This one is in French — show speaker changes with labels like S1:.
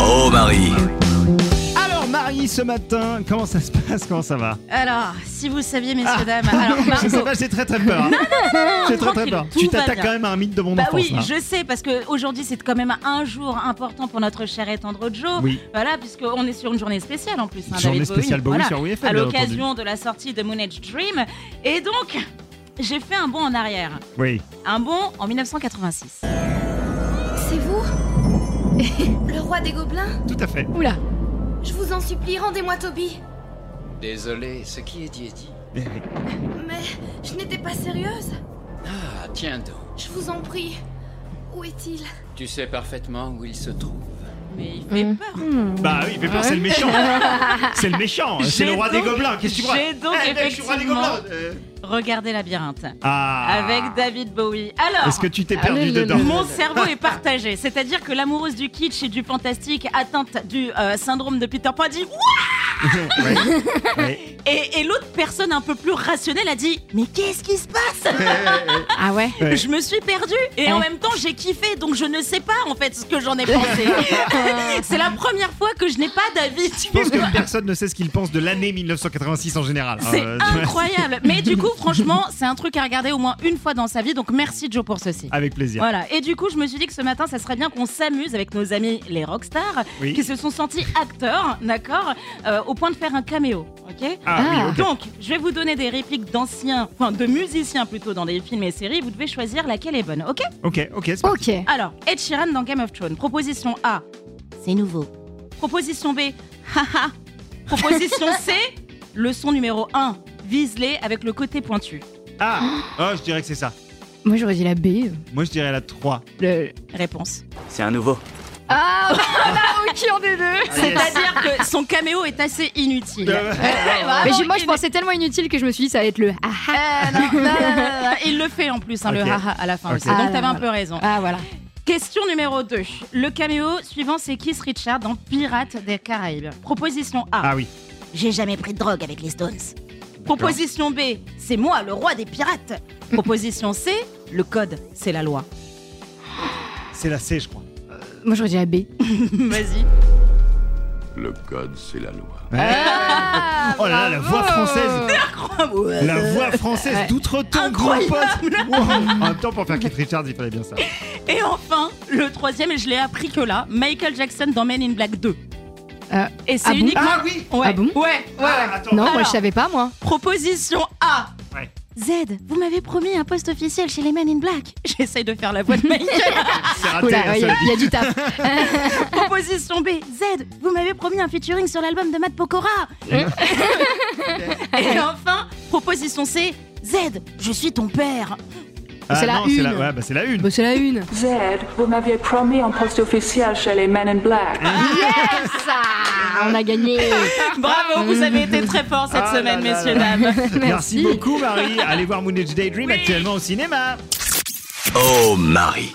S1: Oh Marie
S2: Alors Marie, ce matin, comment ça se passe Comment ça va
S3: Alors, si vous saviez, messieurs, dames, alors
S2: Ah. Je sais
S3: Margot.
S2: pas, j'ai très très peur. hein. J'ai très très
S3: tranquille,
S2: peur.
S3: tout
S2: Tu
S3: va
S2: t'attaques
S3: bien.
S2: quand même à un mythe de mon
S3: Bah
S2: enfance.
S3: oui,
S2: là.
S3: je sais, parce qu'aujourd'hui, c'est quand même un jour important pour notre cher et tendre Joe.
S2: Oui.
S3: Voilà, puisqu'on est sur une journée spéciale en plus. hein,
S2: Journée
S3: David Bowie.
S2: spéciale Bowie
S3: Voilà,
S2: sur Wii FM,
S3: À
S2: bien
S3: l'occasion de la sortie de Moon Age Dream. Et donc, j'ai fait un bond en arrière.
S2: Oui.
S3: Un bond en 1986.
S4: C'est vous Le roi des gobelins
S2: Tout à fait.
S4: Oula Je vous en supplie, rendez-moi Toby
S5: Désolé, ce qui est dit est dit.
S4: Mais je n'étais pas sérieuse
S5: Ah, tiens donc.
S4: Je vous en prie. Où est-il
S5: Tu sais parfaitement où il se trouve.
S3: Mais il fait peur.
S2: Bah oui, mais peur, c'est le méchant. c'est le méchant. C'est le
S3: J'ai
S2: roi des
S3: donc-
S2: gobelins. Qu'est-ce que tu crois
S3: j'ai donc
S2: Eh, mec, je suis roi des
S3: effectivement-
S2: gobelins, euh.
S3: Regardez Labyrinthe.
S2: Ah.
S3: Avec Ah, David Bowie. Alors.
S2: Est-ce que tu t'es perdu
S6: le- le-
S2: dedans
S3: Mon cerveau est partagé, c'est-à-dire que l'amoureuse du kitsch et du fantastique atteinte du euh, syndrome de Peter Pan dit Ouah
S2: Ouais. Ouais.
S3: et, et l'autre personne un peu plus rationnelle a dit mais qu'est-ce qui se passe
S6: Ah ouais
S2: Ouais.
S3: Je me suis perdue et en même temps j'ai kiffé donc je ne sais pas en fait ce que j'en ai pensé. Euh, C'est la première fois que je n'ai pas d'avis. tu
S2: Je pense
S3: vois.
S2: que personne ne sait ce qu'il pense de l'année 1986 en général.
S3: C'est
S2: Euh,
S3: incroyable. Mais du coup franchement c'est un truc à regarder au moins une fois dans sa vie donc merci Joe pour ceci.
S2: Avec plaisir.
S3: Voilà, et du coup, je me suis dit que ce matin, ça serait bien qu'on s'amuse avec nos amis les rockstars
S2: Oui.
S3: qui se sont sentis acteurs, d'accord euh, Au point de faire un caméo, ok
S2: Ah, oui,
S6: Ah.
S2: ok.
S3: Donc, je vais vous donner des répliques d'anciens, enfin de musiciens plutôt dans des films et séries, vous devez choisir laquelle est bonne, ok
S2: Ok, ok, c'est parti.
S6: Ok.
S3: Alors, Ed Sheeran dans Game of Thrones, proposition A, c'est nouveau. Proposition B, haha. Proposition C, leçon numéro 1, viselé avec le côté pointu.
S2: Ah, oh, je dirais que c'est ça.
S6: Moi j'aurais dit la B.
S2: Moi, je dirais la 3.
S6: Le...
S3: Réponse.
S1: C'est un nouveau.
S6: Ah bah, ok, on est deux
S3: C'est-à-dire que son caméo est assez inutile.
S2: Euh,
S3: Vraiment
S6: mais j'ai- moi, je
S3: inutile.
S6: pensais tellement inutile que je me suis dit ça va être le ah ah.
S3: Euh, non, non, non, non, non. Il le fait en plus, hein,
S2: Ok.
S3: le haha à la fin
S2: Ok.
S3: aussi. Donc
S6: Ah,
S3: t'avais un
S6: voilà.
S3: peu raison.
S6: Ah voilà.
S3: Question numéro 2. Le caméo suivant, c'est Keith Richard dans Pirates des Caraïbes. Proposition A.
S2: Ah oui.
S3: J'ai jamais pris de drogue avec les Stones. Proposition B. C'est moi, le roi des pirates. Proposition C. Le code, c'est la loi.
S2: C'est la C, je crois.
S6: Moi j'aurais dit la B.
S3: Vas-y.
S7: Le code, c'est la loi.
S6: Ah,
S2: oh là là, la voix française
S3: Ah
S2: La voix française
S6: Ouais.
S2: d'outre-temps, gros pote Wow. En même temps, pour faire Kate Richards, il fallait bien ça.
S3: Et enfin, le troisième, et je l'ai appris que là, Michael Jackson dans Men in Black 2.
S6: Euh,
S3: et c'est
S6: ah bon
S3: uniquement.
S2: Ah oui
S3: Ouais.
S6: Ah bon
S3: Ouais, ouais, ouais.
S2: Ah, attends.
S6: Non, moi
S3: Alors.
S6: je savais pas moi.
S3: Proposition A.
S2: Ouais.
S3: Z, vous m'avez promis un poste officiel chez les Men in Black. J'essaye de faire la voix de Michael.
S2: C'est raté,
S6: Oula,
S2: la
S6: ouais, il y,
S2: seule.
S6: a- il y a du taf.
S3: Proposition B. Z, vous m'avez promis un featuring sur l'album de Matt Pokora. Et enfin, proposition C. Z, je suis ton père.
S2: Ah
S6: c'est la
S2: non, c'est la,
S6: une.
S2: ouais, bah, c'est la une.
S6: Bon, c'est la une.
S8: Z, vous m'aviez promis un poste officiel chez les Men in Black.
S6: Ça, on a gagné.
S3: Bravo, vous avez été très fort cette
S2: Ah là
S3: semaine,
S2: là
S3: messieurs,
S2: là.
S3: dames.
S2: Merci
S6: Merci.
S2: beaucoup, Marie. Allez voir Moon Age Daydream actuellement au cinéma.
S1: Oh Marie